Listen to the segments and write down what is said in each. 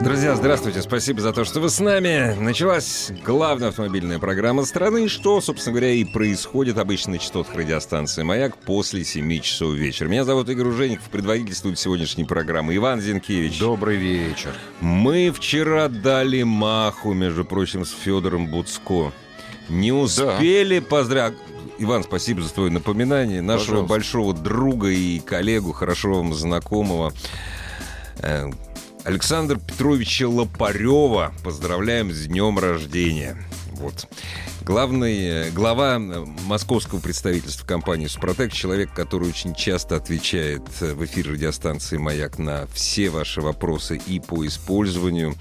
Друзья, здравствуйте. Спасибо за то, что вы с нами. Началась главная автомобильная программа страны, что, собственно говоря, и происходит обычно на частотах радиостанции «Маяк» после 7 часов вечера. Меня зовут Игорь Ужеников, предводительствует сегодняшней программы Иван Зинкевич. Добрый вечер. Мы вчера дали маху, между прочим, с Федором Буцко. Не успели поздравить... Иван, спасибо за твое напоминание. Нашего Пожалуйста. большого друга и коллегу, хорошо вам знакомого, э, Александра Петровича Лопарева. Поздравляем с днем рождения. Вот. Главный, э, глава э, московского представительства компании «Супротек», человек, который очень часто отвечает э, в эфире радиостанции «Маяк» на все ваши вопросы и по использованию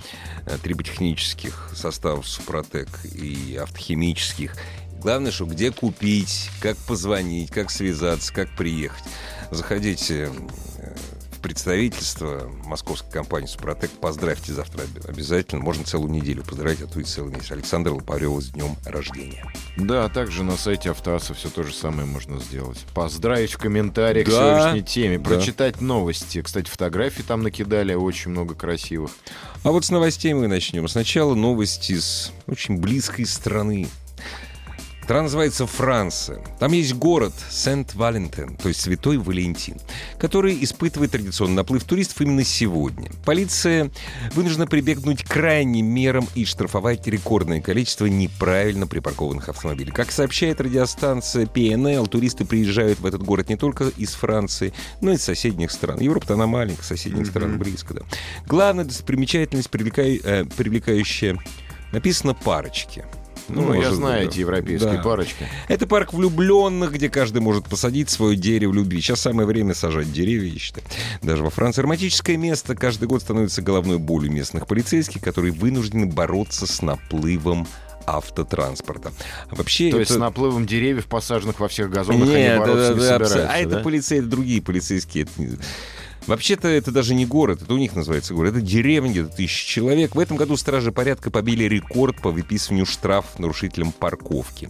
э, триботехнических составов «Супротек» и автохимических, Главное, что где купить, как позвонить, как связаться, как приехать. Заходите э, в представительство московской компании «Супротек». Поздравьте завтра об- обязательно. Можно целую неделю поздравить, а то и целый месяц. Александр Лопарева с днем рождения. Да, также на сайте Автоаса все то же самое можно сделать. Поздравить в комментариях к Да. сегодняшней теме, Да. прочитать новости. Кстати, фотографий там накидали очень много красивых. А вот с новостей мы начнем. Сначала новости с очень близкой страны. Страна называется Франция. Там есть город Сент-Валентин, то есть Святой Валентин, который испытывает традиционный наплыв туристов именно сегодня. Полиция вынуждена прибегнуть к крайним мерам и штрафовать рекордное количество неправильно припаркованных автомобилей. Как сообщает радиостанция PNL, туристы приезжают в этот город не только из Франции, но и из соседних стран. Европа-то она маленькая, соседних стран Мгм. близко. Да. Главная достопримечательность, привлекай- э, привлекающая, написано «парочки». Ну, я может, знаю да. эти европейские Да. парочки. Это парк влюбленных, где каждый может посадить свое дерево любви. Сейчас самое время сажать деревья, я считаю. Даже во Франции. Романтическое место каждый год становится головной болью местных полицейских, которые вынуждены бороться с наплывом автотранспорта. А вообще То есть с это- наплывом деревьев, посаженных во всех газонах, они Нет, бороться да, не да, да, абсо- собираются. А это да? полицей, это другие полицейские. это не- Вообще-то это даже не город, это у них называется город. Это деревня, где-то тысяча человек. В этом году стражи порядка побили рекорд по выписыванию штраф нарушителям парковки.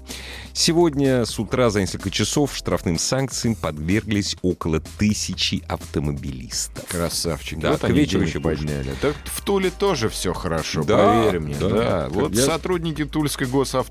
Сегодня с утра за несколько часов штрафным санкциям подверглись около тысячи автомобилистов. Красавчики. Да, вот к они вечеру денег еще больше. подняли. Так в Туле тоже все хорошо, Да, поверь мне. да. Да, Вот Я- сотрудники Тульской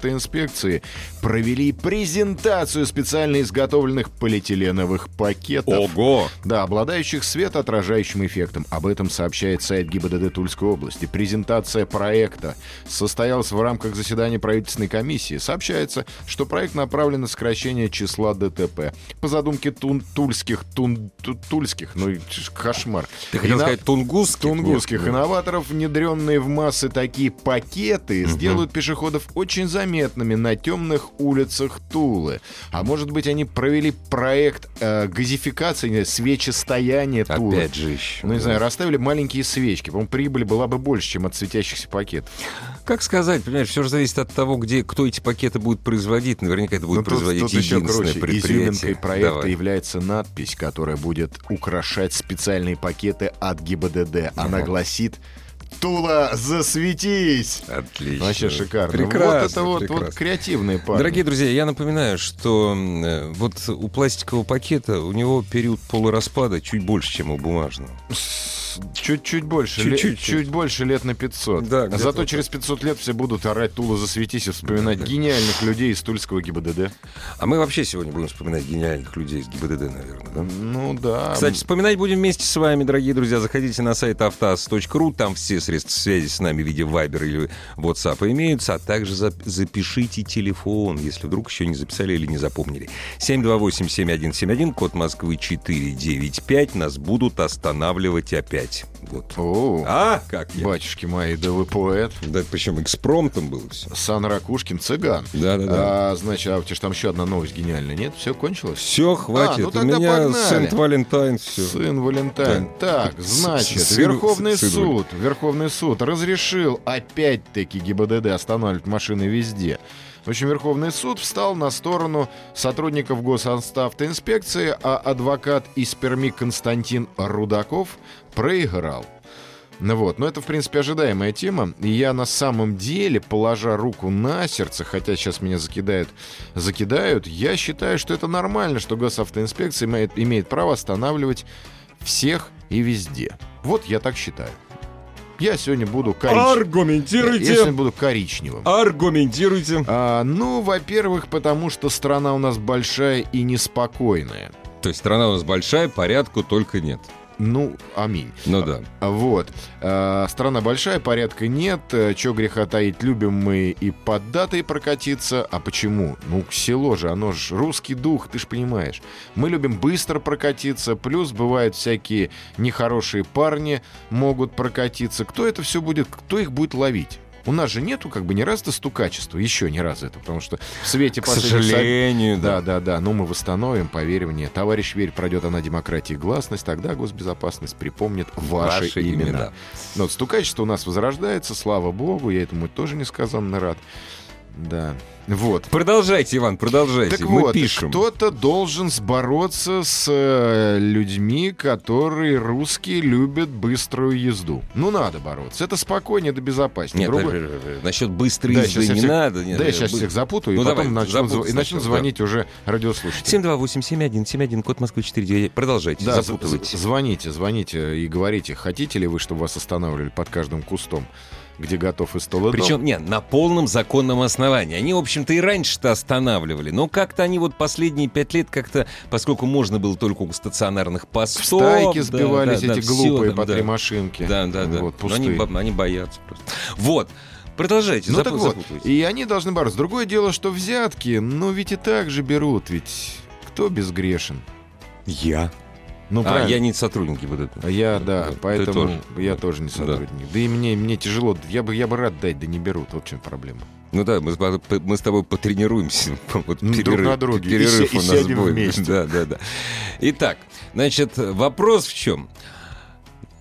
госавтоинспекции провели презентацию специально изготовленных полиэтиленовых пакетов. Ого! Да, обладающих светоотражающим эффектом. Об этом сообщает сайт ГИБДД Тульской области. Презентация проекта состоялась в рамках заседания правительственной комиссии. Сообщается, что проект направлен на сокращение числа ДТП. По задумке тун- тульских, тун- ту- тульских, ну и ш- кошмар. Ты хотел Ина- сказать тунгусских? Тунгусских Нет, нет. инноваторов, внедренные в массы такие пакеты, Мгм. сделают пешеходов очень заметными на темных улицах Тулы. А может быть, они провели проект э, газификации, не знаю, свечестояния Тулы. Опять же еще. Ну, не да. знаю, расставили маленькие свечки. По-моему, прибыль была бы больше, чем от светящихся пакетов. Как сказать, понимаешь, все же зависит от того, где, кто эти пакеты будет производить. Наверняка это будет Ну, тут- производить тут еще единственное круче. предприятие. Изюминкой проекта Давай. является надпись, которая будет украшать специальные пакеты от ГИБДД. Она Ага. гласит «Тула, засветись!» Отлично. Вообще шикарно. вот это Прекрасно, вот, прекрасно. вот креативные парни. Дорогие друзья, я напоминаю, что м, э, вот у пластикового пакета у него период полураспада чуть больше, чем у бумажного. С- Чуть-чуть больше. ле- Чуть-чуть. Чуть, больше лет на 500. Да, где-то Зато вот через 500 лет все будут орать «Тула, засветись!» и вспоминать Да, да. гениальных людей из тульского ГИБДД. А мы вообще сегодня будем вспоминать гениальных людей из ГИБДД, наверное. да? Ну да. Кстати, вспоминать будем вместе с вами, дорогие друзья. Заходите на сайт автоаз.ру, там все средства связи с нами в виде Viber или WhatsApp имеются, а также зап- запишите телефон, если вдруг еще не записали или не запомнили. 728-7171, код Москвы 495, нас будут останавливать опять. 5. Вот. О, А, как я? батюшки мои, да вы поэт. Да, причем экспромтом было все. Сан Ракушкин, цыган. Да-да-да. А, значит, а у тебя ж там еще одна новость гениальная. Нет, все кончилось? Все, хватит. ну У тогда меня погнали. Сент Валентайн, все. Сын Валентайн. Так, значит, Сын- Верховный сын- сын суд, Верховный суд разрешил опять-таки ГИБДД останавливать машины везде. В общем, Верховный суд встал на сторону сотрудников госавтоинспекции, а адвокат из Перми Константин Рудаков проиграл. Ну вот, но это, в принципе, ожидаемая тема. И я на самом деле, положа руку на сердце, хотя сейчас меня закидают, закидают, я считаю, что это нормально, что госавтоинспекция имеет, имеет право останавливать всех и везде. Вот я так считаю. Я сегодня буду коричневым. Я сегодня Аргументируйте! буду коричневым. Аргументируйте! А, ну, во-первых, потому что страна у нас большая и неспокойная. То есть страна у нас большая, порядку только нет. Ну, аминь. Ну да. Вот. Э, Страна большая, порядка нет. Че греха таить, любим мы и под датой прокатиться. А почему? Ну, село же, оно же русский дух, ты ж понимаешь. Мы любим быстро прокатиться, плюс бывают всякие нехорошие парни могут прокатиться. Кто это все будет, кто их будет ловить? У нас же нету как бы ни разу стукачества, еще ни разу это, потому что в свете К последних событий- сожалению, да, да. да, да. Но мы восстановим, поверь мне. Товарищ Верь, пройдет она демократии и гласность, тогда госбезопасность припомнит ваши, имена. Но вот стукачество у нас возрождается, слава богу, я этому тоже несказанно рад. Да. Вот. Продолжайте, Иван, продолжайте. Так Мы вот, пишем. кто-то должен бороться с э, людьми, которые русские любят быструю езду. Ну, надо бороться. Это спокойнее, это безопаснее. Нет, Другой- насчет быстрой Да, езды сейчас я не всех- надо. Нет, э, Да, я нет, сейчас бы- всех запутаю, Ну, и потом давай, начну, запутать зв- и начнут сначала, звонить уже радиослушатели. 728-7171, код Москвы 499. Продолжайте, Да, запутывайте. з- Звоните, звоните и говорите, хотите ли вы, чтобы вас останавливали под каждым кустом, где готов и стол, и дом? Причем, не, на полном законном основании. Они, в общем-то, и раньше-то останавливали. Но как-то они вот последние пять лет как-то, поскольку можно было только у стационарных в постов... стайке да, сбивались да, да, эти всё глупые там, по да. три машинки. Да, да, да. Вот, Но они, пустые. бо- они боятся просто. Вот. Продолжайте, Ну запу- так вот, запутывайте. и они должны бороться. Другое дело, что взятки, ну ведь и так же берут, ведь кто безгрешен? Я. Ну, А, правильно. я не сотрудник ГИБДД. А Я, да, Ты поэтому тоже. я тоже не сотрудник. Да, и мне, мне тяжело, я бы, я бы рад дать, да не берут, вот в чем проблема. Ну да, мы, с ба- п- мы с тобой потренируемся. Вот Ну, друг на друге. И Перерыв се- и у нас сядем будет. вместе. Да, да, да. Итак, значит, вопрос в чем?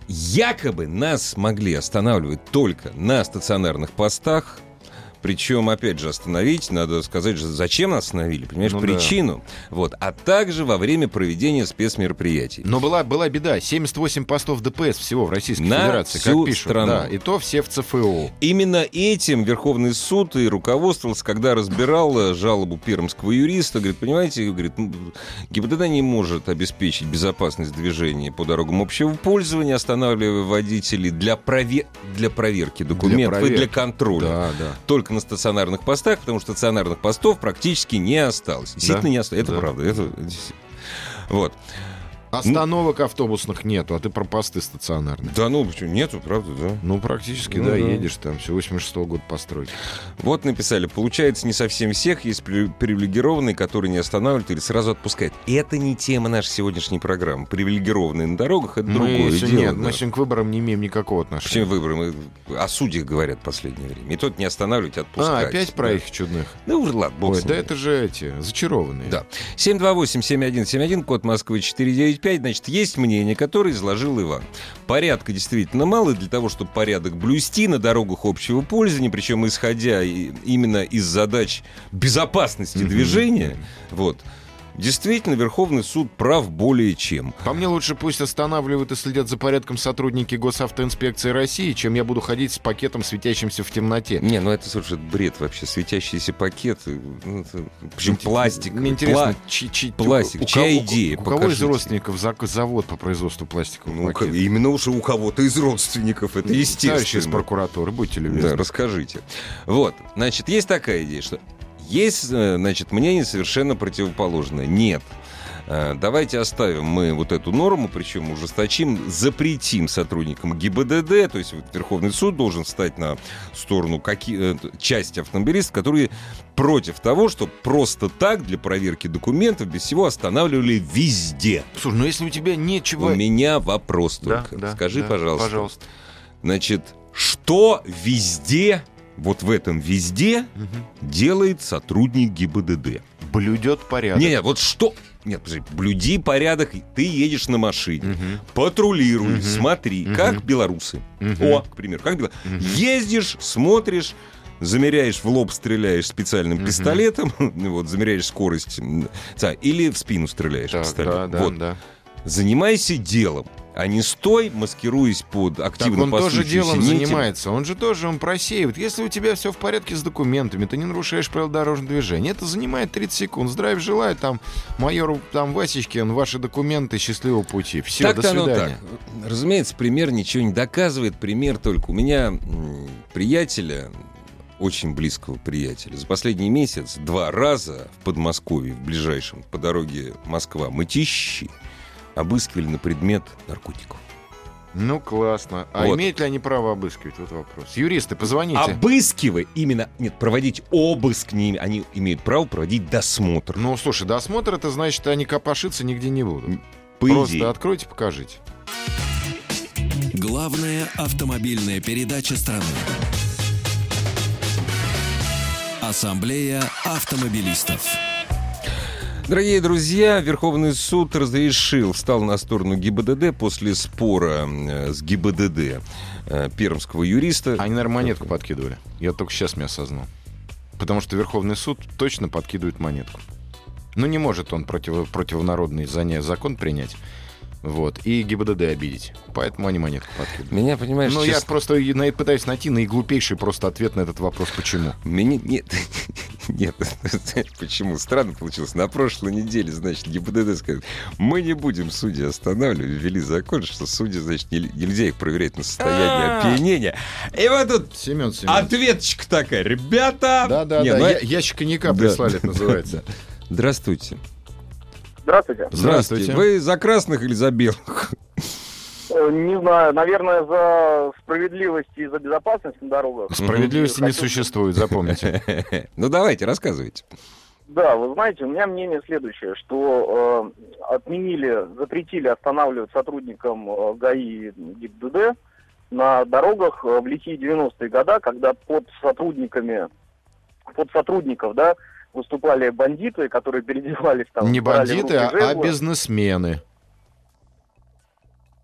Якобы нас могли останавливать только на стационарных постах. Причем, опять же, остановить, надо сказать, же, зачем нас остановили, понимаешь, Ну да. причину. Вот. А также во время проведения спецмероприятий. Но была, была беда. 78 постов ДПС всего в Российской На Федерации, всю как пишут. страну. Да, и то все в ЦФО. Именно этим Верховный суд и руководствовался, когда разбирал э, жалобу пермского юриста. Говорит, понимаете, говорит, ну, ГИБДД не может обеспечить безопасность движения по дорогам общего пользования, останавливая водителей для, прове- для проверки документов и для проверки. контроля. Да, да. Только на стационарных постах, потому что стационарных постов практически не осталось. Действительно Да. не осталось. Это Да. правда. Это... действительно. Вот. Остановок автобусных нету, а ты про посты стационарные. Да ну, почему? нету, правда, да. Ну, практически, Ну да, да. едешь там, все, 86-го года постройки. Вот написали, получается, не совсем всех есть при- привилегированные, которые не останавливают или сразу отпускают. Это не тема нашей сегодняшней программы. Привилегированные на дорогах это другое мы, сегодня- дело. Ну, нет, да. мы сегодня к выборам не имеем никакого Почему отношения. выборы? Мы о судьях говорят в последнее время. И тот не останавливать, отпускать. А, опять про Да. их чудных. Ну, уже ладно, бог Ой, с да ним. это же эти, зачарованные. Э. Да. 728-7171, код Москвы 495. Значит, есть мнение, которое изложил Иван. Порядка действительно мало, и для того, чтобы порядок блюсти на дорогах общего пользования, причем исходя и- именно из задач безопасности Мгм. движения, вот, действительно, Верховный суд прав более чем. По мне лучше пусть останавливают и следят за порядком сотрудники госавтоинспекции России, чем я буду ходить с пакетом, светящимся в темноте. Не, ну это, слушай, это бред вообще. Светящиеся пакеты, ну, это- причем пластик. Мне интересно, пла- чи- чи- пластик. у Чья кого- идея? У кого из Покажите. родственников зак- завод по производству пластиковых Ну, пакетов? именно уж у кого-то из родственников, это Товарищи из естественно. прокуратуры, будьте любезны. Да, расскажите. Вот, значит, есть такая идея, что Есть, э, значит, мнение совершенно противоположное. Нет. Э, Давайте оставим мы вот эту норму, причем ужесточим, запретим сотрудникам ГИБДД, то есть вот Верховный суд должен встать на сторону какие, э, части автомобилистов, которые против того, что просто так для проверки документов без всего останавливали везде. Слушай, ну если у тебя нечего... У меня вопрос Да, только. да, Скажи, да, пожалуйста, Пожалуйста. значит, что везде, вот в этом везде Мгм. делает сотрудник ГИБДД? Блюдет порядок. Нет, вот что... Нет, подожди, блюди порядок, и ты едешь на машине, Мгм. патрулируй, Мгм. смотри, Мгм. как белорусы. Мгм. О, к примеру, как белорусы. Мгм. Ездишь, смотришь, замеряешь в лоб, стреляешь специальным Мгм. пистолетом, вот, замеряешь скорость, м, да, или в спину стреляешь Так, да, пистолетом. да, вот. да. Занимайся делом, а не стой, маскируясь под Так активно он тоже пасущуюся делом нити. занимается, он же тоже, он просеивает. Если у тебя все в порядке с документами, ты не нарушаешь правил дорожного движения, это занимает 30 секунд. Здравия желаю, там, майору, там, Васечкин, ваши документы, счастливого пути. Все, до Так-то оно свидания. так. Разумеется, пример ничего не доказывает. Пример только. У меня м, приятеля, очень близкого приятеля, за последний месяц два раза в Подмосковье, в ближайшем, по дороге Москва-Мытищи, обыскивали на предмет наркотиков. Ну, классно. Вот. А А- имеют ли они право обыскивать? Вот вопрос. Юристы, позвоните. Обыскивай именно... Нет, проводить обыск не... Они имеют право проводить досмотр. Ну, слушай, досмотр это значит, они копошиться нигде не будут. По Просто идее. откройте, покажите. Главная автомобильная передача страны. Ассамблея автомобилистов. Дорогие друзья, Верховный суд разрешил, встал на сторону ГИБДД после спора э, с ГИБДД э, пермского юриста. Они, наверное, монетку подкидывали. Я только сейчас меня осознал. Потому что Верховный суд точно подкидывает монетку. Ну, не может он против, противонародный заня- закон принять. Вот. И ГИБДД обидеть. Поэтому они монетку подкидывают. Меня, понимаешь, Ну, я честно, просто и на- пытаюсь найти наиглупейший просто ответ на этот вопрос. Почему? Меня... Нет, нет, знаешь, почему? Странно получилось. На прошлой неделе, значит, ГИБДД сказал, мы не будем судей останавливать, ввели закон, что судьи, значит, нель- нельзя их проверять на состояние А. опьянения. И вот тут Семен Семенович. ответочка такая, ребята... Да-да-да, Не, ну, я- я- ящик коньяка Да. прислали, это называется. Здравствуйте. Здравствуйте. Здравствуйте. Вы за красных или за белых? Э, Не знаю, наверное, за справедливость и за безопасность на дорогах. Справедливости не Хотел бы- существует, запомните. Ну давайте, рассказывайте. Да, вы знаете, у меня мнение следующее, что э, отменили, запретили останавливать сотрудникам э, ГАИ и ГИБДД на дорогах э, в лихие 90-е годы, когда под сотрудниками, под сотрудников, да, выступали бандиты, которые переодевались там. Не брали в бандиты, руки а, а жезлы. бизнесмены.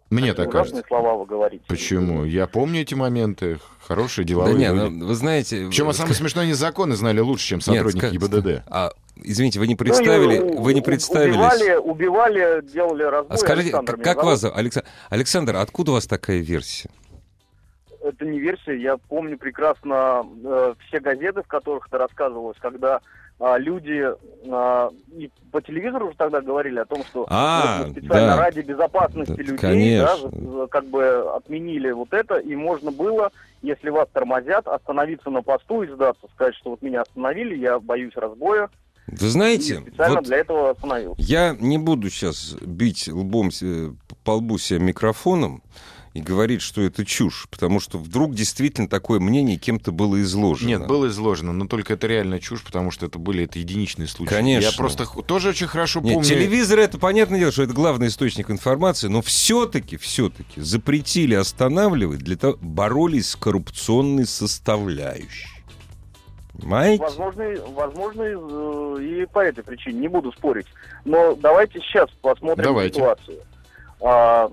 Мне так Ужасные кажется. слова вы говорите. Почему? Я помню эти моменты. Хорошие Да деловые нет, люди. ну, вы знаете... Причем, а вы- самое смешное, они законы знали лучше, чем Нет, сотрудники ска- ГИБДД. А, извините, вы не представили, Ну, и у- вы не у- представились. Убивали, убивали, делали разбой. А скажите, Александр к- меня как зовут. вас зовут? Александр, Александр, откуда у вас такая версия? Это не версия, я помню прекрасно э, все газеты, в которых это рассказывалось, когда а, люди а, и по телевизору уже тогда говорили о том, что А, можно специально да. ради безопасности Да, людей да, конечно. з- как бы отменили вот это, и можно было, если вас тормозят, остановиться на посту и сдаться, сказать, что вот меня остановили, я боюсь разбоя, Вы и знаете, специально вот для этого остановился. я не буду сейчас бить лбом се- по лбу себя микрофоном и говорить, что это чушь, потому что вдруг действительно такое мнение кем-то было изложено. Нет, было изложено, но только это реально чушь, потому что это были это единичные случаи. Конечно. Я просто х- тоже очень хорошо Нет, помню. телевизор это понятное дело, что это главный источник информации, но все-таки, все-таки запретили останавливать для того, боролись с коррупционной составляющей. Понимаете? Возможно, и- возможно и, э, и по этой причине, не буду спорить. Но давайте сейчас посмотрим Давайте. ситуацию. А,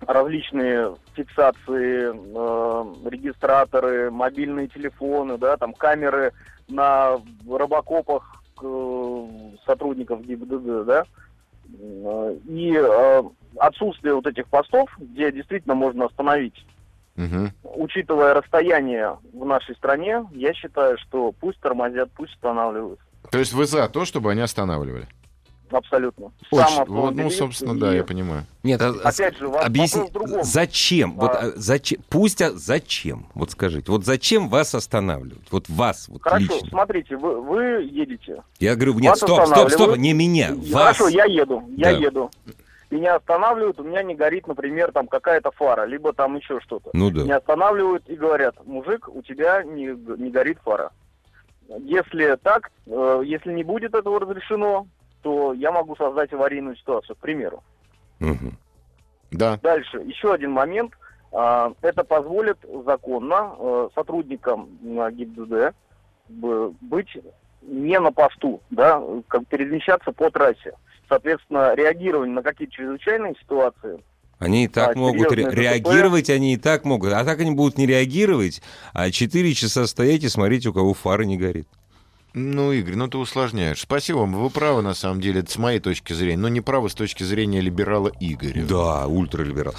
различные фиксации, э, регистраторы, мобильные телефоны, да, там камеры на робокопах э, сотрудников ГИБДД, да, Э, и э, отсутствие вот этих постов, где действительно можно остановить Мгм. учитывая расстояние в нашей стране, я считаю, что пусть тормозят, пусть останавливаются. То есть вы за то, чтобы они останавливали? абсолютно. Очень- Сам вот, ну, автомобилист собственно, и- да, я понимаю. Нет, а- Опять же, во- объясни, вопрос в другом. зачем? Вот, А. а, зачем? Пусть, а, зачем? Вот скажите, вот зачем вас останавливают? Вот вас, вот Хорошо, лично. смотрите, вы, вы едете. Я говорю, нет, вас стоп, стоп, стоп, останавливают. не меня, И- вас. Хорошо, я еду, я Да. еду. Меня останавливают, у меня не горит, например, там какая-то фара, либо там еще что-то. Ну да. Меня останавливают и говорят, мужик, у тебя не, г- не горит фара. Если так, э, если не будет этого разрешено, то я могу создать аварийную ситуацию, к примеру. Мгм. Да. Дальше, еще один момент. А, Это позволит законно э, сотрудникам на ГИБДД б- быть не на посту, да, как перемещаться по трассе. Соответственно, реагирование на какие-то чрезвычайные ситуации. Они и так А, могут ре- серьезное ДТП? реагировать, они и так могут. А так они будут не реагировать, а 4 часа стоять и смотреть, у кого фара не горит. Ну, Игорь, ну ты усложняешь. Спасибо вам. Вы правы, на самом деле, это с моей точки зрения. Но не правы с точки зрения либерала Игоря. Да, ультралиберал.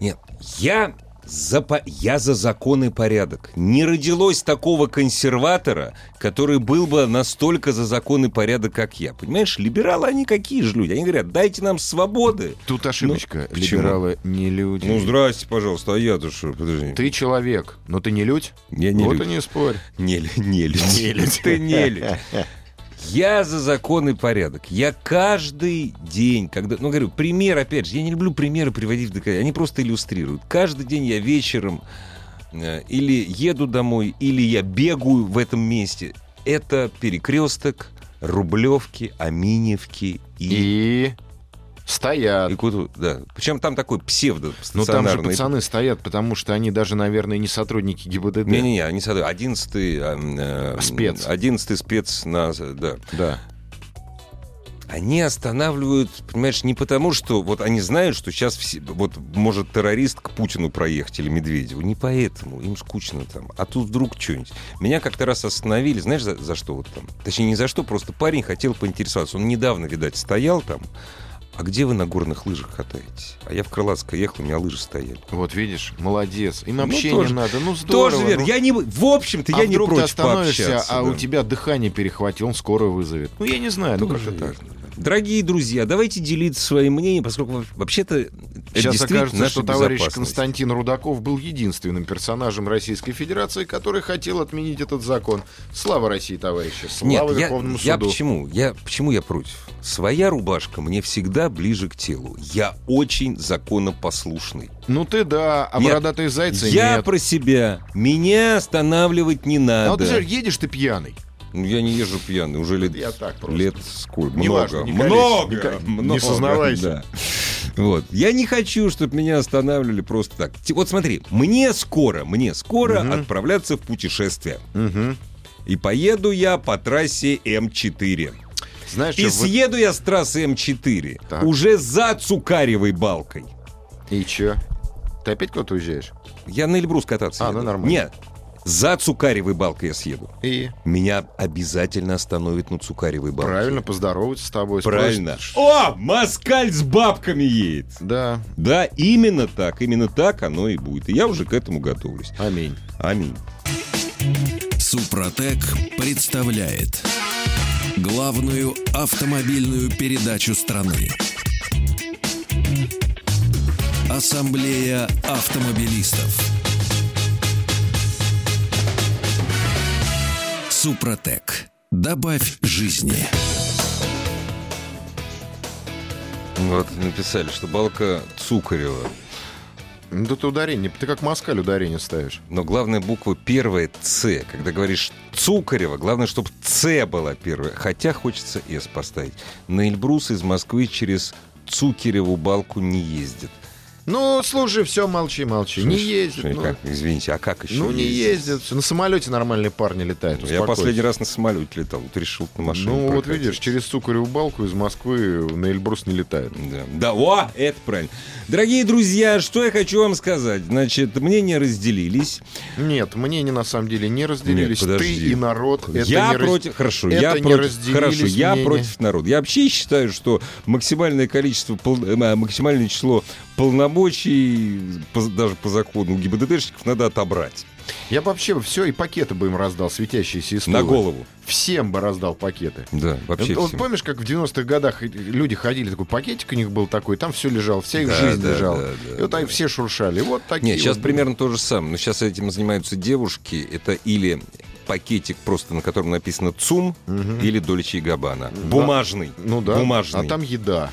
Нет, я за, по- я за закон и порядок. Не родилось такого консерватора, который был бы настолько за закон и порядок, как я. Понимаешь, либералы, они какие же люди? Они говорят, дайте нам свободы. Тут ошибочка. Ну, почему? Либералы не люди. Ну, здрасте, пожалуйста, а я то что, подожди. Ты человек, но ты не людь? Я не вот людь. и не спорь. Не, лю- не людь. Ты не людь. Я за закон и порядок. Я каждый день, когда... Ну, говорю, пример, опять же, я не люблю примеры приводить в доказательство. Они просто иллюстрируют. Каждый день я вечером э, или еду домой, или я бегаю в этом месте. Это перекресток Рублевки, Аминевки и... И стоят. и Куту- да. Причем там такой псевдо Ну там же пацаны стоят, потому что они даже, наверное, не сотрудники ГИБДД. Не-не-не, они садуют. Одиннадцатый... э, э, Спец. Одиннадцатый спец на... Да. Да. Они останавливают, понимаешь, не потому, что вот они знают, что сейчас все- вот может террорист к Путину проехать или Медведеву. Не поэтому, им скучно там. А тут вдруг что-нибудь. Меня как-то раз остановили, знаешь, за, за что вот там? Точнее, не за что, просто парень хотел поинтересоваться. Он недавно, видать, стоял там. А где вы на горных лыжах катаетесь? А я в Крылатское ехал, у меня лыжи стояли. Вот видишь, молодец. Им Ну, вообще тоже- не надо. Ну здорово. Тоже верно. ну. Я не... В общем-то, А я не вдруг ты против остановишься, пообщаться, а у да. тебя дыхание перехватило, он скорую вызовет. Ну я не знаю, ну Тоже как-то так. верно, да. Дорогие друзья, давайте делиться своим мнением, поскольку во- вообще-то это Сейчас действительно окажется, наша что товарищ безопасность. Константин Рудаков был единственным персонажем Российской Федерации, который хотел отменить этот закон. Слава России, товарищи! Слава Нет, я, Верховному я суду! почему? Я почему я против? Своя рубашка мне всегда ближе к телу. Я очень законопослушный. Ну ты да, а Нет, бородатые зайцы я нет. про себя. Меня останавливать не А вот надо. ты же едешь ты пьяный. Ну, я не езжу пьяный уже лет. Я так просто. Лет сколько? Не много. важно, не колись, много, не ко- не много, сознавайся. да. Вот. Я не хочу, чтобы меня останавливали просто так. Те- Вот смотри, мне скоро, мне скоро Мгм. отправляться в путешествие. Мгм. И поеду я по трассе М4. Знаешь, И чё, вот- съеду я с трассы М4 Так. уже за Цукаревой балкой. И чё? Ты опять куда-то уезжаешь? Я на Эльбрус кататься А, еду. ну нормально. Нет, за Цукаревой балкой я съеду. И Меня обязательно остановят на Цукаревой балке. правильно поздороваться с тобой. спросят, Правильно. ш- О, москаль с бабками едет. Да, Да, именно так, именно так оно и будет. И я уже к этому готовлюсь. аминь. Аминь. Супротек представляет главную автомобильную передачу страны. Ассамблея автомобилистов. Супротек. Добавь жизни. Вот написали, что балка Цукарева. Ну тут ударение, ты как москаль ударение ставишь. Но главная буква первая Ц. Когда говоришь Цукарева, главное, чтобы Ц была первая. Хотя хочется С поставить. На Эльбрус из Москвы через Цукереву балку не ездит. Ну, слушай, все, молчи, молчи. Не Что ж, ездит. что и ну. как? Извините, а как еще Ну, не ездят. На самолете нормальные парни летают. Ну, Я успокойся. последний раз на самолете летал, вот решил на машине. Ну, вот прокатиться. видишь, через Сукареву балку из Москвы на Эльбрус не летают. Да. да, о, это правильно. Дорогие друзья, что я хочу вам сказать. Значит, мнения разделились. Нет, мнения на самом деле не разделились. Нет, подожди. Ты и народ. Это я не раз- против, хорошо, это я не против, разделились хорошо, я мнения. против народа. Я вообще считаю, что максимальное количество, пол- э, максимальное число полномочий полномочий по- даже по закону у ГИБДДшников надо отобрать Я бы вообще все и пакеты бы им раздал, светящиеся из на стула. голову. Всем бы раздал пакеты. Да, вообще Вот- вот всем. помнишь, как в 90-х годах люди ходили, такой пакетик у них был такой, там все лежало, вся их Да, жизнь да, лежала. да, да, и вот они да. все шуршали. Вот такие. Нет, сейчас вот. примерно то же самое. Но сейчас этим занимаются девушки. Это или пакетик просто, на котором написано ЦУМ, Мгм. или Дольче и Габбана. Да. Бумажный. Ну да. Бумажный. А там еда.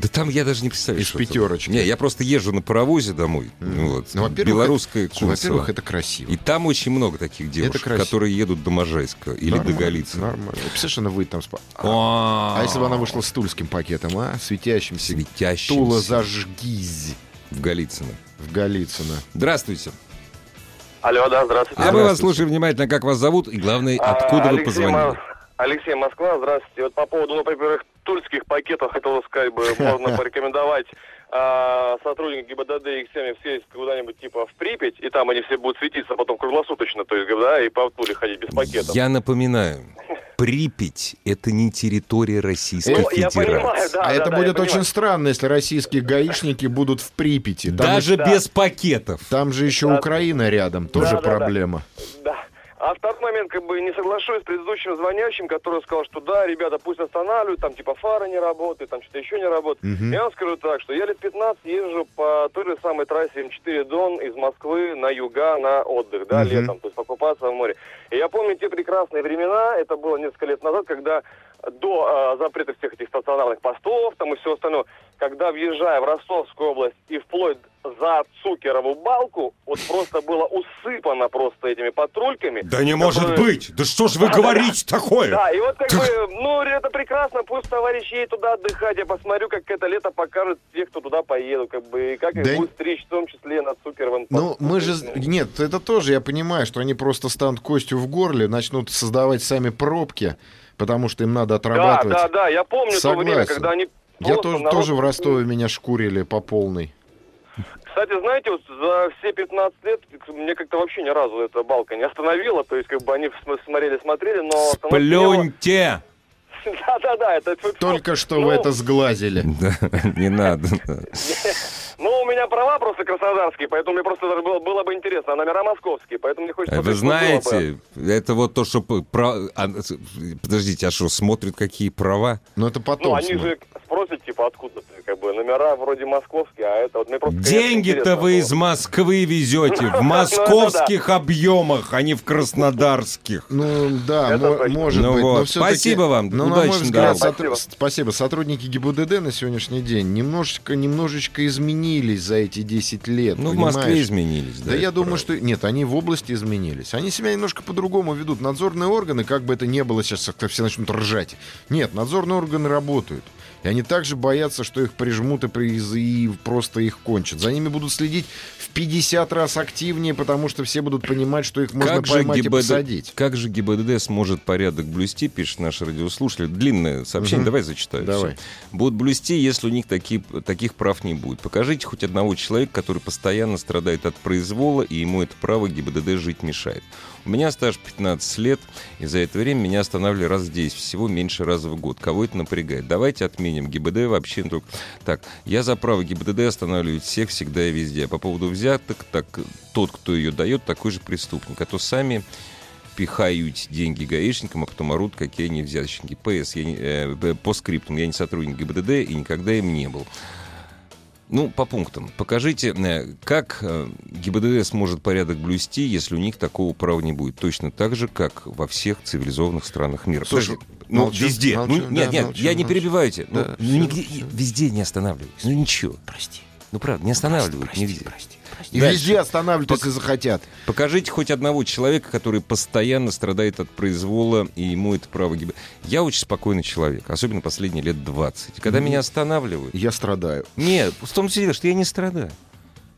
Да там я даже не представляю, Из что там. пятерочки. Не, я просто езжу на паровозе домой. Мгм. Вот. Ну, во-первых, Белорусская Слушай, Кунцево. Во-первых, это красиво. И там очень много таких девушек, красиво. которые едут до Можайска или Нормально, до Голицы. Нормально. Представляешь, она выйдет там с... па- А, А а если бы она вышла с тульским пакетом, а? Светящимся. светящимся Тула зажгись в Голицыно? в Голицыно. Здравствуйте. Алло, да, здравствуйте. А мы вас Здравствуйте. слушаем внимательно, как вас зовут и, главное, А, откуда вы Алексей Мос- позвонили. Алексей Москва, здравствуйте. Вот по поводу, ну, во-первых, тульских пакетов, хотел сказать бы, можно порекомендовать а, сотрудникам ГИБДД и их семьям съездить куда-нибудь типа в Припять, и там они все будут светиться а потом круглосуточно, то есть ГИБДД и по Туле ходить без пакетов. Я напоминаю, Припять — это не территория Российской Ну, я Федерации. понимаю, да, а да, это да, я будет понимаю. очень странно, если российские гаишники будут в Припяти. Там, Даже Да. без пакетов. там же еще Да. Украина рядом, тоже да, да. проблема. Да. А второй момент, как бы не соглашусь с предыдущим звонящим, который сказал, что да, ребята, пусть останавливают, там типа фары не работают, там что-то еще не работает. Мгм. Я вам скажу так, что я лет 15 езжу по той же самой трассе М4 Дон из Москвы на юга на отдых, да, Мгм. летом, то есть покупаться в море. И я помню те прекрасные времена, это было несколько лет назад, когда до э, запрета всех этих стационарных постов там и все остальное, когда въезжая в Ростовскую область и вплоть за Цукерову балку, вот просто было усыпано просто этими патрульками. Да не которые- быть! Да что же вы говорите такое? Да, и вот как бы, ну, это прекрасно, пусть товарищи едет туда отдыхать, я посмотрю, как это лето покажет тех, кто туда поедут, как бы, и как Да их будет стричь, в том числе на Цукеровом. Ну, мы же... Ну, Нет, это тоже, я понимаю, что они просто станут костью в горле, начнут создавать сами пробки, потому что им надо Да, отрабатывать. ну. да, да, я помню Согласен. то время, когда они... Я просто тоже, народ- тоже в Ростове меня шкурили по полной. Кстати, знаете, вот за все 15 лет мне как-то вообще ни разу эта балка не остановила, то есть как бы они см- смотрели, смотрели, но... Сплюньте! Да-да-да, это... Только что Ну, вы это сглазили. Да, не надо. да. Ну, у меня права просто краснодарские, поэтому мне просто даже было, было бы интересно. А номера московские, поэтому мне хочется... Вы посмотреть, что было бы. знаете, это вот то, что... п- про- а, с- Подождите, а что, смотрят какие права? Но это Ну, потом. они смотри. же спросят, типа, откуда ты, как бы, номера вроде московские, а это вот мне просто... конечно, Деньги-то интересно вы было. Ну, из Москвы везете в да. московских объемах, а не в краснодарских. Ну да, Это мо- точно. может Ну быть. но вот, всё-таки- спасибо вам, Но, на мой удачно, взгляд, да. сотруд- Спасибо. спасибо. Сотрудники ГИБДД на сегодняшний день немножечко, немножечко изменились за эти 10 лет. Ну, в понимаешь? Москве изменились. Да, я это думаю, правда. что... Нет, они в области изменились. Они себя немножко по-другому ведут. Надзорные органы, как бы это ни было сейчас, как-то все начнут ржать. Нет, надзорные органы работают. И они также боятся, что их прижмут и, при- и просто их кончат. За ними будут следить в 50 раз активнее, потому что все будут понимать, что их можно поймать и ГИБДД посадить. как же ГИБДД сможет порядок блюсти, пишет наш радиослушатель. Длинное сообщение, Мгм. давай зачитаю. всё. Давай. Будут блюсти, если у них такие, таких прав не будет. Покажите хоть одного человека, который постоянно страдает от произвола, и ему это право ГИБДД жить мешает. У меня стаж 15 лет, и за это время меня останавливали раз в 10, всего меньше раза в год. Кого это напрягает? Давайте отменим ГИБДД вообще. ну, Так, я за право ГИБДД останавливать всех всегда и везде. А по поводу взяток, так тот, кто ее дает, такой же преступник. А то сами пихают деньги гаишникам, а потом орут, какие они взяточники. ПС, я не- э, б- по скриптам, я не сотрудник ГИБДД и никогда им не был. Ну, по пунктам. Покажите, э, как э, ГИБДД сможет порядок блюсти, если у них такого права не будет. Точно так же, как во всех цивилизованных странах мира. Слушай, Подожди, ну, молчу, везде. молчу, ну, нет, да, нет, молчу, я не молчу. перебиваю тебя. Ну, Да, ну, всё, нигде- всё. везде не останавливаюсь. Ну, ничего. Прости. Ну, правда, не останавливают нигде. И Дальше. везде останавливают, если захотят. Покажите хоть одного человека, который постоянно страдает от произвола, и ему это право гибель. Я очень спокойный человек, особенно последние лет 20. Когда меня останавливают... Я страдаю. Нет, в том числе, что я не страдаю.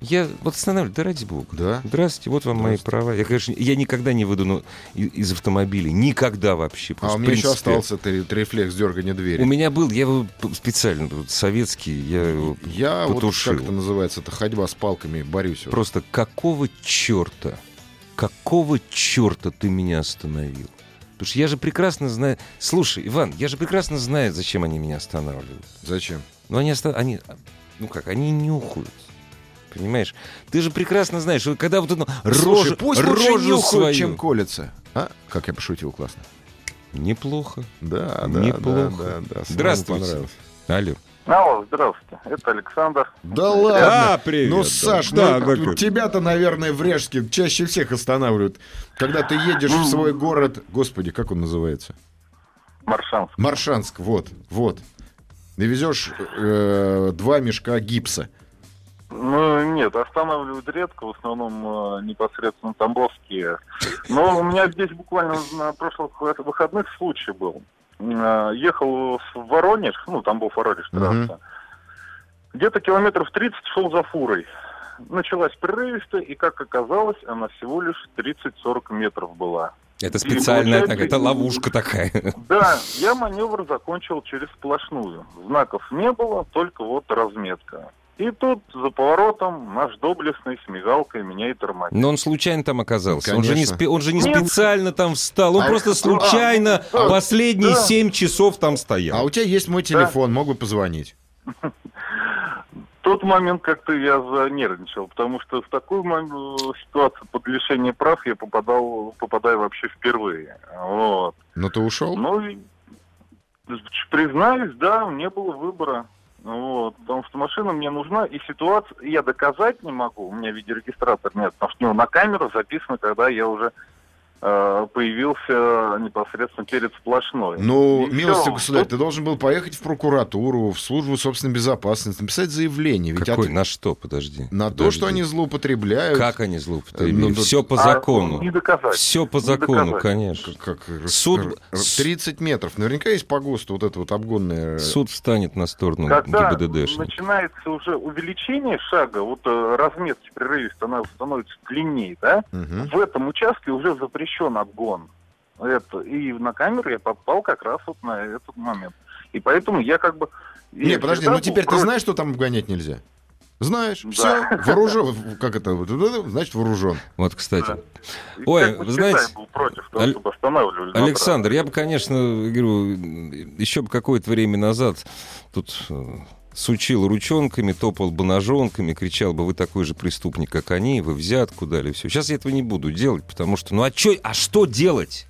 Я вот останавливаю, да ради бога. Да? Здравствуйте, вот вам мои Здравствуйте. права. Я, конечно, я никогда не выйду ну, и- из автомобиля. Никогда вообще. А Просто, у в меня еще принципе. остался этот ре- рефлекс дергания двери. У меня был, я его п- специально, вот, советский, я его Я потушил. вот, как это называется, это ходьба с палками, борюсь. вот. Просто какого черта? Какого черта ты меня остановил? Потому что я же прекрасно знаю... Слушай, Иван, я же прекрасно знаю, зачем они меня останавливают. Зачем? Но они, оста- они... Ну как, они нюхают. понимаешь? Ты же прекрасно знаешь, что когда вот он Слушай, рожу, пусть лучше рожу нюхают, свою... чем колется. А? Как я пошутил классно. Неплохо. Да, да, Неплохо. да, да, да. Самому Здравствуйте. понравилось. Алло. Алло, здравствуйте, это Александр. Да ладно. А, привет. Ну, Да. Саш, Да, ну, такой. тебя-то, наверное, в Режске чаще всех останавливают. Когда ты едешь Ну. в свой город... Господи, как он называется? Маршанск. Маршанск, вот, вот. И везешь э, два мешка гипса. Ну, нет, останавливают редко, в основном э, непосредственно тамбовские. Но у меня здесь буквально на прошлых выходных случай был. Э, Ехал в Воронеж, ну, Тамбов-Воронеж, трасса. Где-то километров 30 шел за фурой. Началась прерывисто, и, как оказалось, она всего лишь 30-40 метров была. Это И специальная получается- такая, это ловушка такая. Да, я маневр закончил через сплошную. Знаков не было, только вот разметка. И тут за поворотом наш доблестный с мигалкой меня и тормозит. Но он случайно там оказался. Он же, не Конечно. спе- он же не Нет. специально там встал. Он А, просто а, случайно а, последние да. 7 часов там стоял. А у тебя есть мой телефон, мог бы позвонить. В тот момент как-то я занервничал, потому что в такую мом- ситуацию под лишение прав я попадал, попадаю вообще впервые. Вот. Но ты ушел? Ну, и, ч- признаюсь, да, не было выбора. Вот, потому что машина мне нужна, и ситуация, я доказать не могу, у меня видеорегистратор нет, потому что ну, на камеру записано, когда я уже э, появился непосредственно перед сплошной. Ну, И милостивый всё. государь, ты должен был поехать в прокуратуру, в службу собственной безопасности, написать заявление. Ведь Какой? от- На что? Подожди. на то, Подожди. что они злоупотребляют. Как они Э, злоупотребили? ну, да. Все по А, не закону. доказать. Все по Не закону, доказать. конечно. Как- как рас- Суд- р- 30 метров. Наверняка есть по ГОСТу вот это вот обгонное... Суд встанет на сторону Когда ГИБДДшника. начинается уже увеличение шага, вот э, разметки прерывисто она становится длиннее, да, Мгм. в этом участке уже запрещен обгон. Это, и на камеру я попал как раз вот на этот момент. И поэтому я как бы... Не, я подожди, всегда ну был теперь ты против. знаешь, что там обгонять нельзя? Знаешь, Да. все, вооружен, как это, вот, ну, значит вооружен. Вот, кстати. И Ой, как бы вы всегда знаете, я был против того, Аль- чтобы ну останавливали. на Александр, я бы, конечно, говорю, еще бы какое-то время назад тут э, сучил ручонками, топал бы ножонками, кричал бы, вы такой же преступник, как они, вы взятку дали, все. Сейчас я этого не буду делать, потому что, ну а, чё, а что делать?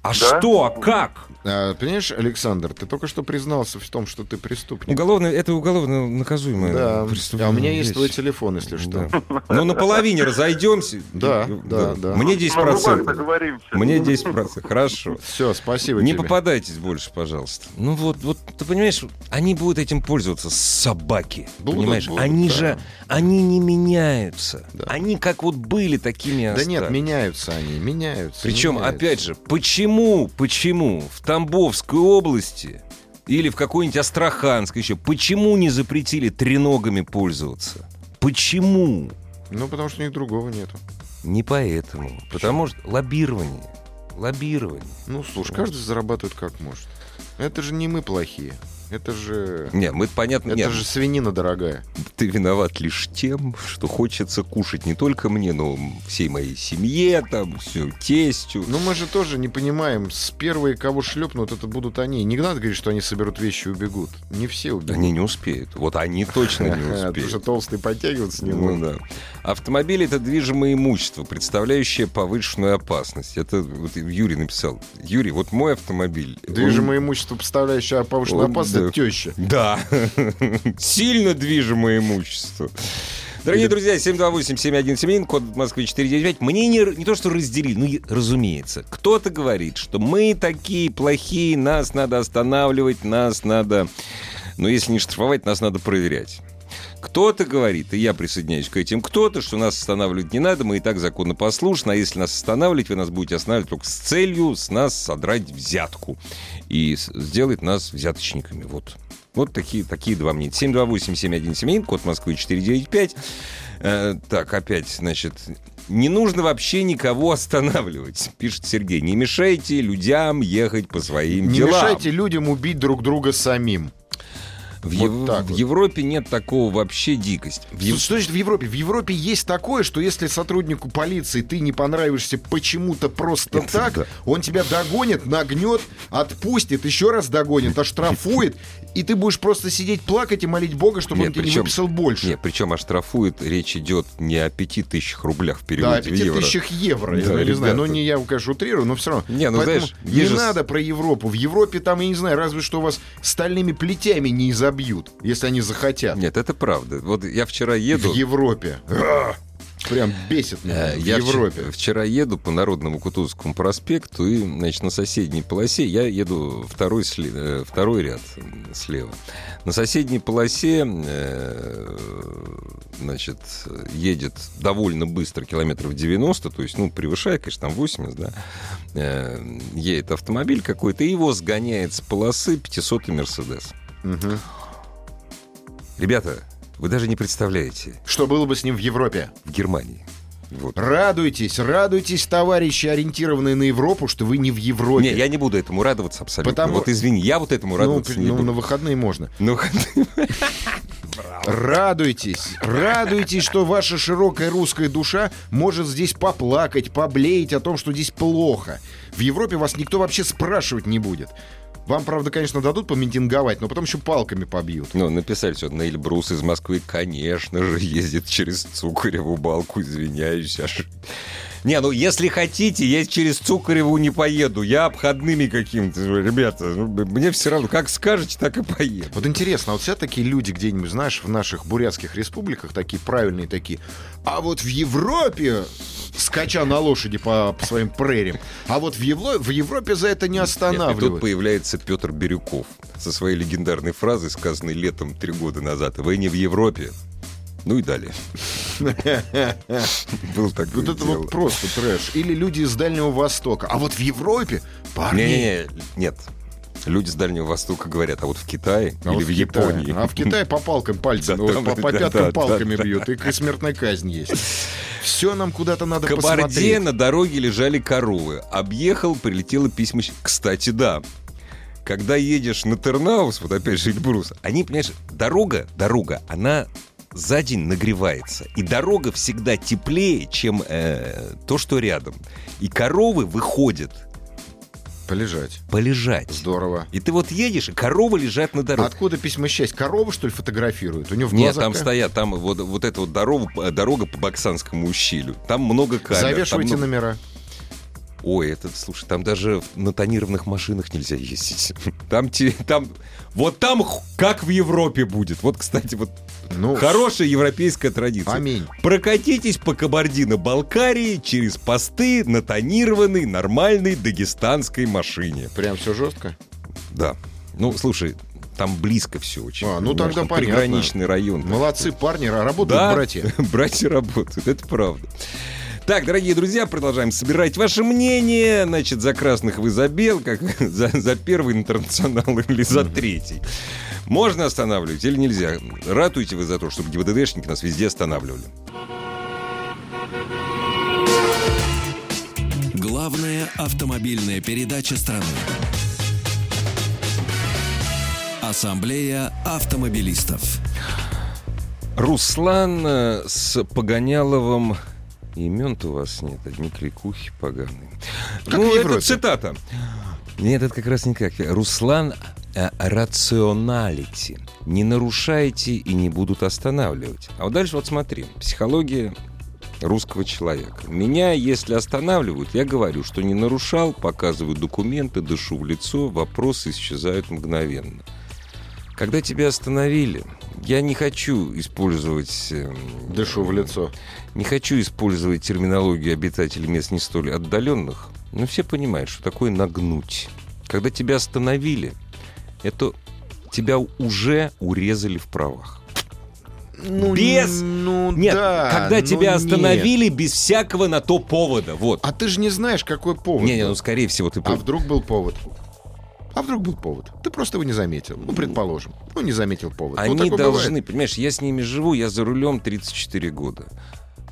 А что, а как? А, понимаешь, Александр, ты только что признался в том, что ты преступник. Уголовное, это уголовно наказуемое Да. преступление. А у меня есть твой Вещь. телефон, если что. ну, Да. Ну, наполовине разойдемся. Да, да, да. Мне трассе. На губах 10%. договоримся. Мне 10%. Хорошо. Все, спасибо Не тебе. попадайтесь больше, пожалуйста. Ну вот, вот, ты понимаешь, они будут этим пользоваться, собаки. Будут, понимаешь, будут, они да. же, они не меняются. Да. Они как вот были, такими и Да нет, остались. меняются они, меняются. Причем, меняются. опять же, почему, почему в Тамбовской области или в какой-нибудь Астраханской еще, почему не запретили треногами пользоваться? Почему? Ну, потому что у них другого нету. Не поэтому. Потому что лоббирование. Лоббирование. Ну, слушай, каждый зарабатывает как может. Это же не мы плохие. Это же... Не, мы понятно, Это нет, же свинина дорогая. ты виноват лишь тем, что хочется кушать не только мне, но всей моей семье, там, все, тестю. Ну, мы же тоже не понимаем, с первые, кого шлепнут, это будут они. Не надо говорить, что они соберут вещи и убегут. Не все убегут. Они не успеют. Вот они точно не Ага, Потому что успеют. толстый подтягиваться не Ну могут. да. Автомобиль это движимое имущество, представляющее повышенную опасность. Это вот Юрий написал. Юрий, вот мой автомобиль. он- Движимое имущество, представляющее повышенную он, опасность, да. теща. Да, сильно движимое имущество. Дорогие друзья, 728-7171, код Москвы 495. Мне не, р- не то, что разделили, ну, и разумеется. Кто-то говорит, что мы такие плохие, нас надо останавливать, нас надо... Но если не штрафовать, нас надо проверять. Кто-то говорит, и я присоединяюсь к этим, кто-то, что нас останавливать не надо, мы и так законопослушны, а если нас останавливать, вы нас будете останавливать только с целью с нас содрать взятку и с- сделать нас взяточниками. Вот. Вот такие, такие два мнения. 728-7171, код Москвы 495. Э, так, опять, значит, не нужно вообще никого останавливать, пишет Сергей. Не мешайте людям ехать по своим Не делам. мешайте людям убить друг друга самим. В, Вот Ев- так в вот. Европе нет такого вообще дикость. В Ев- Что значит в Европе? В Европе есть такое, что если сотруднику полиции ты не понравишься почему-то просто Это так, да. он тебя догонит, нагнет, отпустит, еще раз догонит, оштрафует, и ты будешь просто сидеть плакать и молить Бога, чтобы Нет, он тебе не причем- выписал больше. Нет, причем оштрафует, речь идет не о пяти тысячах рублях в Да, о переводе в 5 евро. тысячах евро, я Да, не знаю. Ну, ребята. не я, конечно, утрирую, но все равно. Не, ну, Поэтому знаешь, не есть же с- надо про Европу. В Европе там, я не знаю, разве что вас стальными плетями не изобьют, если они захотят. Нет, это правда. Вот я вчера еду... В Европе. А! Прям бесит меня. Э, в Я вч- Европе. вчера еду по Народному Кутузовскому проспекту, и, значит, на соседней полосе я еду второй, сли- э, второй ряд м, слева. На соседней полосе, э, значит, едет довольно быстро, километров 90, то есть, ну, превышая, конечно, там 80, да, э, едет автомобиль какой-то, и его сгоняет с полосы 500 Мерседес. Мгм. Ребята, вы даже не представляете, Что было бы с ним в Европе? в Германии. Вот. Радуйтесь, радуйтесь, товарищи, ориентированные на Европу, что вы не в Европе. Не, я не буду этому радоваться абсолютно. Потому- Вот извини, я вот этому ну, радоваться при- не ну, буду. на выходные можно. Ну, Радуйтесь, радуйтесь, что ваша широкая русская душа может здесь поплакать, поблеять о том, что здесь плохо. В Европе вас никто вообще спрашивать не будет. Вам, правда, конечно, дадут помитинговать, но потом еще палками побьют. ну, написали что Нейль Брус из Москвы, конечно же, ездит через Цукареву балку, извиняюсь. аж. Не, ну если хотите, я через Цукареву не поеду. Я обходными каким-то. Ребята, ну, мне все равно, как скажете, так и поеду. Вот интересно, а вот все такие люди где-нибудь, знаешь, в наших бурятских республиках, такие правильные такие, а вот в Европе, скача на лошади по, по своим прериям, а вот в, Евло- в Европе за это не Нет, и тут останавливают. появляется Петр Бирюков со своей легендарной фразой, сказанной летом три года назад. Вы не в Европе. Ну и далее. Был такой. Вот это вот просто трэш. Или люди из Дальнего Востока. А вот в Европе, парни... Не-не-не, нет. Люди с Дальнего Востока говорят, а вот в Китае А или вот в Китае. Японии. А в Китае по палкам пальцами, Да, ой, там по, это- по да, пяткам да, палками да, бьют, и смертная казнь есть. Все нам куда-то надо В Кабарде посмотреть. на дороге лежали коровы. Объехал, прилетело письмо. Кстати, да. Когда едешь на Тернаус, вот опять же Эльбрус, они, понимаешь, дорога, дорога, она за день нагревается. И дорога всегда теплее, чем э, то, что рядом. И коровы выходят Полежать. полежать. Здорово. И ты вот едешь, и коровы лежат на дороге. Откуда письма счастья? Корова, что ли, фотографирует? У него в Нет, глазах там ка- стоят, там вот, вот эта вот дорога, дорога по Баксанскому ущелью. Там много камер. там ну, Завешивайте много- номера. Ой, это, слушай, там даже в- на тонированных машинах нельзя ездить. Там, те- там, вот там х- как в Европе будет. Вот, кстати, вот Ну, хорошая европейская традиция. аминь. Прокатитесь по Кабардино-Балкарии через посты на тонированной нормальной дагестанской машине. Прям все жестко. Да. Ну, слушай, там близко все очень. А, ну понимаешь, тогда там понятно. Приграничный район. Молодцы парни, а работают Да. братья. Братья работают, это правда. Так, дорогие друзья, продолжаем собирать ваше мнение. Значит, за красных вы за бел, как за, за первый интернационал или за третий. Можно останавливать или нельзя? Ратуете вы за то, чтобы ГИБДДшники нас везде останавливали. Главная автомобильная передача страны. Ассамблея автомобилистов. Руслан э, с Погоняловым... Имен-то у вас нет, а одни кликухи поганые. Как в ну, это Европе. цитата. Нет, это как раз никак. Руслан э, рационалити. Не нарушайте и не будут останавливать. А вот дальше вот смотри. Психология русского человека. Меня, если останавливают, я говорю, что не нарушал, показываю документы, дышу в лицо, вопросы исчезают мгновенно. Когда тебя остановили, я не хочу использовать... эм, Дышу в лицо. Не хочу использовать терминологию обитателей мест не столь отдаленных, но все понимают, что такое нагнуть. Когда тебя остановили, это тебя уже урезали в правах. Ну, Без- Ну, Нет, да, когда ну, тебя нет. остановили без всякого на то повода, вот. А ты же не знаешь, какой повод. Не, не, был. ну скорее всего ты А прав. вдруг был повод? А вдруг был повод? Ты просто его не заметил. Ну, предположим. Ну, не заметил повод. Ну, Они такое должны, бывает. понимаешь, я с ними живу, я за рулем 34 года.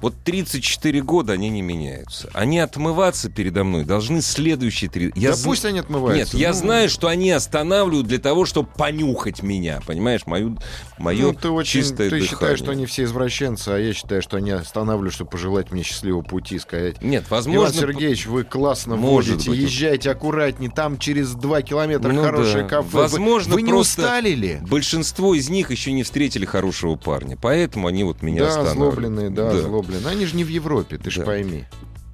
Вот 34 года они не меняются. Они отмываться передо мной должны следующие три... Я Я да зн- пусть они Нет, отмываются. я Ну, знаю, что они останавливают для того, чтобы понюхать меня, понимаешь, мою, мое ну, ты очень, чистое ты дыхание. считаешь, что они все извращенцы, а я считаю, что они останавливают, чтобы пожелать мне счастливого пути, сказать. Нет, Иван возможно... Сергеевич, вы классно Может водите, быть. езжайте аккуратнее, там через два километра Ну хорошее да. кафе. Вы- Возможно, вы, не просто устали ли? Большинство из них еще не встретили хорошего парня, поэтому они вот меня Да, останавливают. злобленные, да, злобленные. Они же не в Европе, ты Да. же пойми.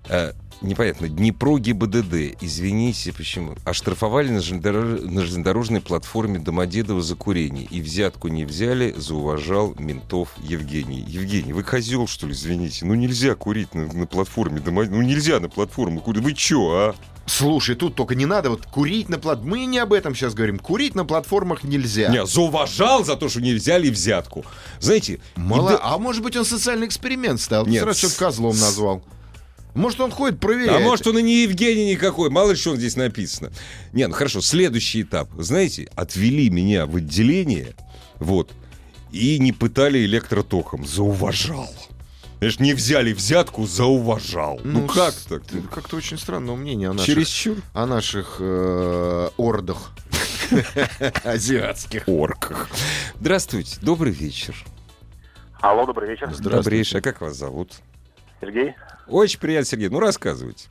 Э, непонятно, Днепро ГИБДД, извините, почему? Оштрафовали на, железнодор- на железнодорожной платформе Домодедово за курение. И взятку не взяли, зауважал ментов Евгений. Евгений, вы козел, что ли, извините? Ну нельзя курить на, на платформе Домодедово. Ну нельзя на платформу курить. Вы чё, а? Слушай, тут только не надо вот курить на плат... Мы не об этом сейчас говорим. Курить на платформах нельзя. Не, зауважал за то, что не взяли взятку. Знаете, Мало... и да- А может быть, он социальный эксперимент стал? Нет, Сразу с- всё козлом с- назвал. Может, он ходит, А проверяет. может, он и не Евгений никакой, мало ли что здесь написано. Не, ну хорошо, следующий этап. Знаете, отвели меня в отделение, вот, и не пытали электротоком. Зауважал. Знаешь, не взяли взятку, зауважал. Ну, как с- так? это Как-то очень странное мнение о наших, Чересчур. о наших э, ордах азиатских. Орках. Здравствуйте, добрый вечер. Алло, добрый вечер, Добрейший, а как вас зовут? Сергей. Очень приятно, Сергей. Ну, рассказывайте.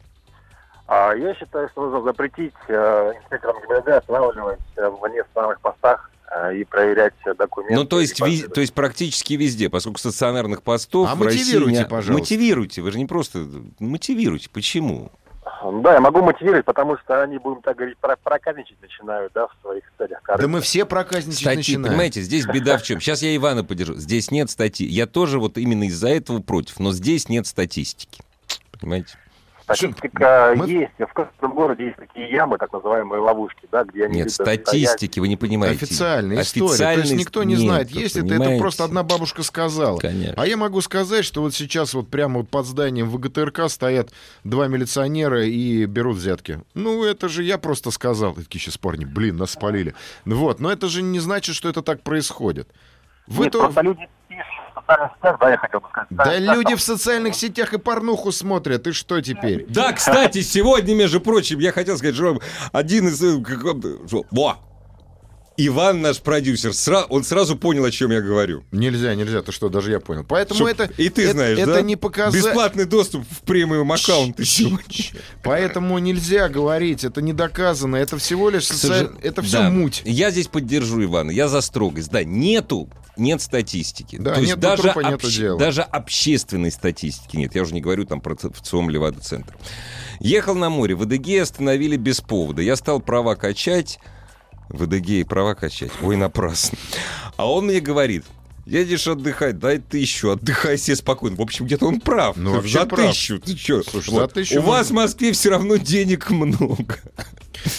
А, Я считаю, что нужно запретить э, инспекторам ГИБДД останавливать э, в нестановых постах э, и проверять э, документы. Ну, то есть, и ви- то есть практически везде, поскольку стационарных постов А в России мотивируйте, не- пожалуйста. Мотивируйте, вы же не просто... Мотивируйте, почему? Да, я могу мотивировать, потому что они, будем так говорить, про- проказничать начинают, да, в своих целях. Да мы все проказничать Статьи, начинаем. понимаете, здесь беда в чем. Сейчас я Ивана подержу. Здесь нет статьи. Я тоже вот именно из-за этого против, но здесь нет статистики. Понимаете? Статистика мы- э, есть. В каждом городе есть такие ямы, так называемые ловушки, да, где они... Нет любят стоять. статистики, вы не понимаете. Официальная история. То есть Официальной- никто не нет, знает, есть это, это понимаете? просто одна бабушка сказала. Конечно. А я могу сказать, что вот сейчас вот прямо вот под зданием ВГТРК стоят два милиционера и берут взятки. Ну, это же я просто сказал. И Такие сейчас парни, блин, нас спалили. Ну Вот, но это же не значит, что это так происходит. Вы Нет, то- просто люди пишут в социальных сетях, да, я хотел бы сказать. в Да социальных люди сетях, в социальных сетях и порнуху смотрят, и что теперь? Да, кстати, сегодня, между прочим, я хотел сказать, что один из... э, как- что- Во! Иван, наш продюсер, сра- он сразу понял, о чем я говорю. Нельзя, нельзя, ты что, даже я понял. Чтоб- Поэтому это... и ты это- знаешь, это да? не показатель. Бесплатный доступ в премиум аккаунты сегодня. Поэтому нельзя говорить, это не доказано, это всего лишь К соци- сожа- это все Да. муть. Я здесь поддержу Ивана, я за строгость. Да, нету, нет статистики. Да, То есть нету даже, трупа, нету обще- дела. даже общественной статистики нет. Я уже не говорю там про ц- в ЦИОМ Левада-центр. Ехал на море, ВДГ остановили без повода. Я стал права качать. ВДГ и права качать. Ой, напрасно. А он мне говорит, едешь отдыхать, дай тысячу, отдыхай себе спокойно. В общем, где-то он прав. Ну, вообще за прав. тысячу. Ты чё? Слушай, за тысячу У вас в можно- Москве все равно денег много.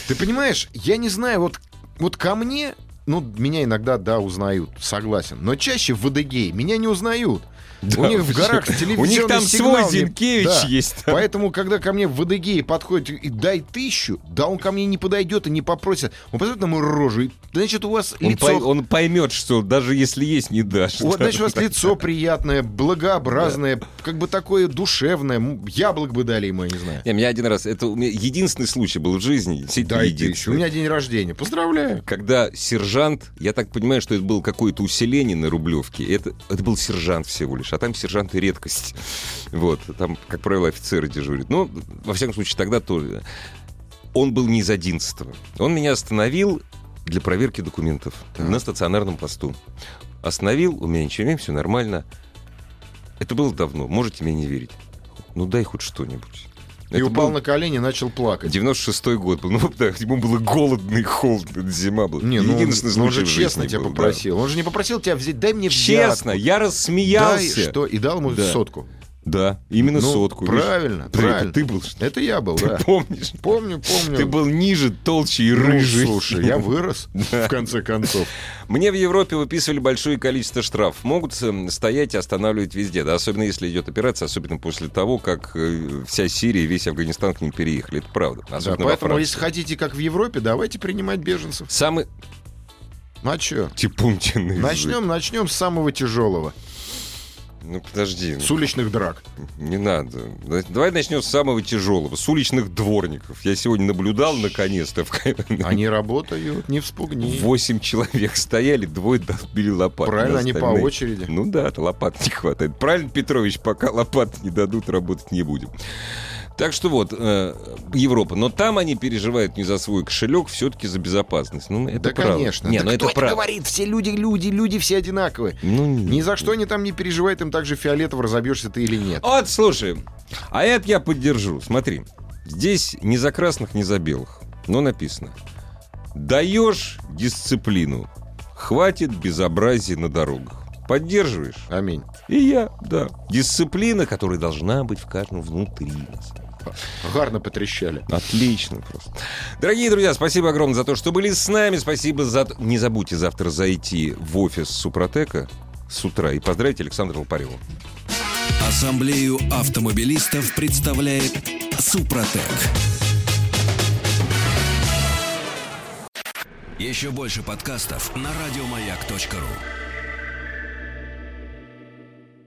Ты понимаешь, я не знаю, вот, вот ко мне, ну, меня иногда, да, узнают, согласен, но чаще в ВДГ меня не узнают. Да, у них в вообще. горах У телевизионный них там сигнал свой не- Зинкевич Да. есть. Поэтому, когда ко мне в ВДГ подходит и дай тысячу, да он ко мне не подойдет и не попросит. Он посмотрит на мою рожу, и, значит, у вас Он, лицо... пой- он поймет, что даже если есть, не дашь. Вот, Да. значит, у вас лицо приятное, благообразное, как бы такое душевное. М, Яблок бы дали ему, я не знаю. Не, меня один раз, это у меня единственный случай был в жизни, действительно Дай тысячу. У единственный. меня день рождения. Поздравляю. Когда сержант, я так понимаю, что это было какое-то усиление на Рублевке, это, это был сержант всего лишь, а там сержанты редкость. Вот, там, как правило, офицеры дежурят. Ну, во всяком случае, тогда тоже. Он был не из 11 Он меня остановил для проверки документов на стационарном посту. Остановил, у меня ничего нет, все нормально. Это было давно, можете мне не верить. Ну дай хоть что-нибудь. и Это упал был на колени и начал плакать. 96-й год был. Ну, да, ему было голодно и холодно, зима была. Не, ну, он, Единственный ну, он случай же в жизни честно тебя был, да. попросил. Он же не попросил тебя взять, дай мне Честно, взятку. я рассмеялся. Дай что, и дал ему Да. сотку. Да, именно Ну, сотку. видишь? Правильно, Ты- правильно. Ты был, что ли? Это я был, ты да. помнишь? Помню, помню. Ты был ниже, толще и Ну, рыжий. Слушай, я вырос, в конце концов. Мне в Европе выписывали большое количество штрафов. Могут эм, стоять и останавливать везде, да, особенно если идет операция, особенно после того, как э, вся Сирия и весь Афганистан к ним переехали. Это правда. Да, Особенно во поэтому, Франции. если хотите, как в Европе, давайте принимать беженцев. Самый А чё? типунтиный. Начнем, начнем с самого тяжелого. Ну подожди, ну, С уличных драк. не надо. Да- Давай начнем с самого тяжелого, с уличных дворников. Я сегодня наблюдал наконец-то. в Кай- Они работают, не вспугни. Восемь человек стояли, двое долбили лопаты. Правильно, они по остальные- очереди. Ну да, это лопат не хватает. Правильно, Петрович, пока лопат не дадут, работать не будем. Так что вот, э, Европа. Но там они переживают не за свой кошелек, все-таки за безопасность. Ну, это да, правда. конечно. Не, Да ну кто это правда. говорит? Все люди, люди, люди все одинаковые. Ну, Ни за что они там не переживают, им так же фиолетово разобьешься ты или нет. Вот, слушай, а это я поддержу. Смотри, здесь ни за красных, ни за белых. Но написано. Даешь дисциплину. Хватит безобразия на дорогах. Поддерживаешь? Аминь. И я, да. Дисциплина, которая должна быть в каждом внутри нас. Гарно потрещали. Отлично просто. Дорогие друзья, спасибо огромное за то, что были с нами. Спасибо за... т- Не забудьте завтра зайти в офис Супротека с утра и поздравить Александра Лопарева. Ассамблею автомобилистов представляет Супротек. Еще больше подкастов на радиомаяк.ру.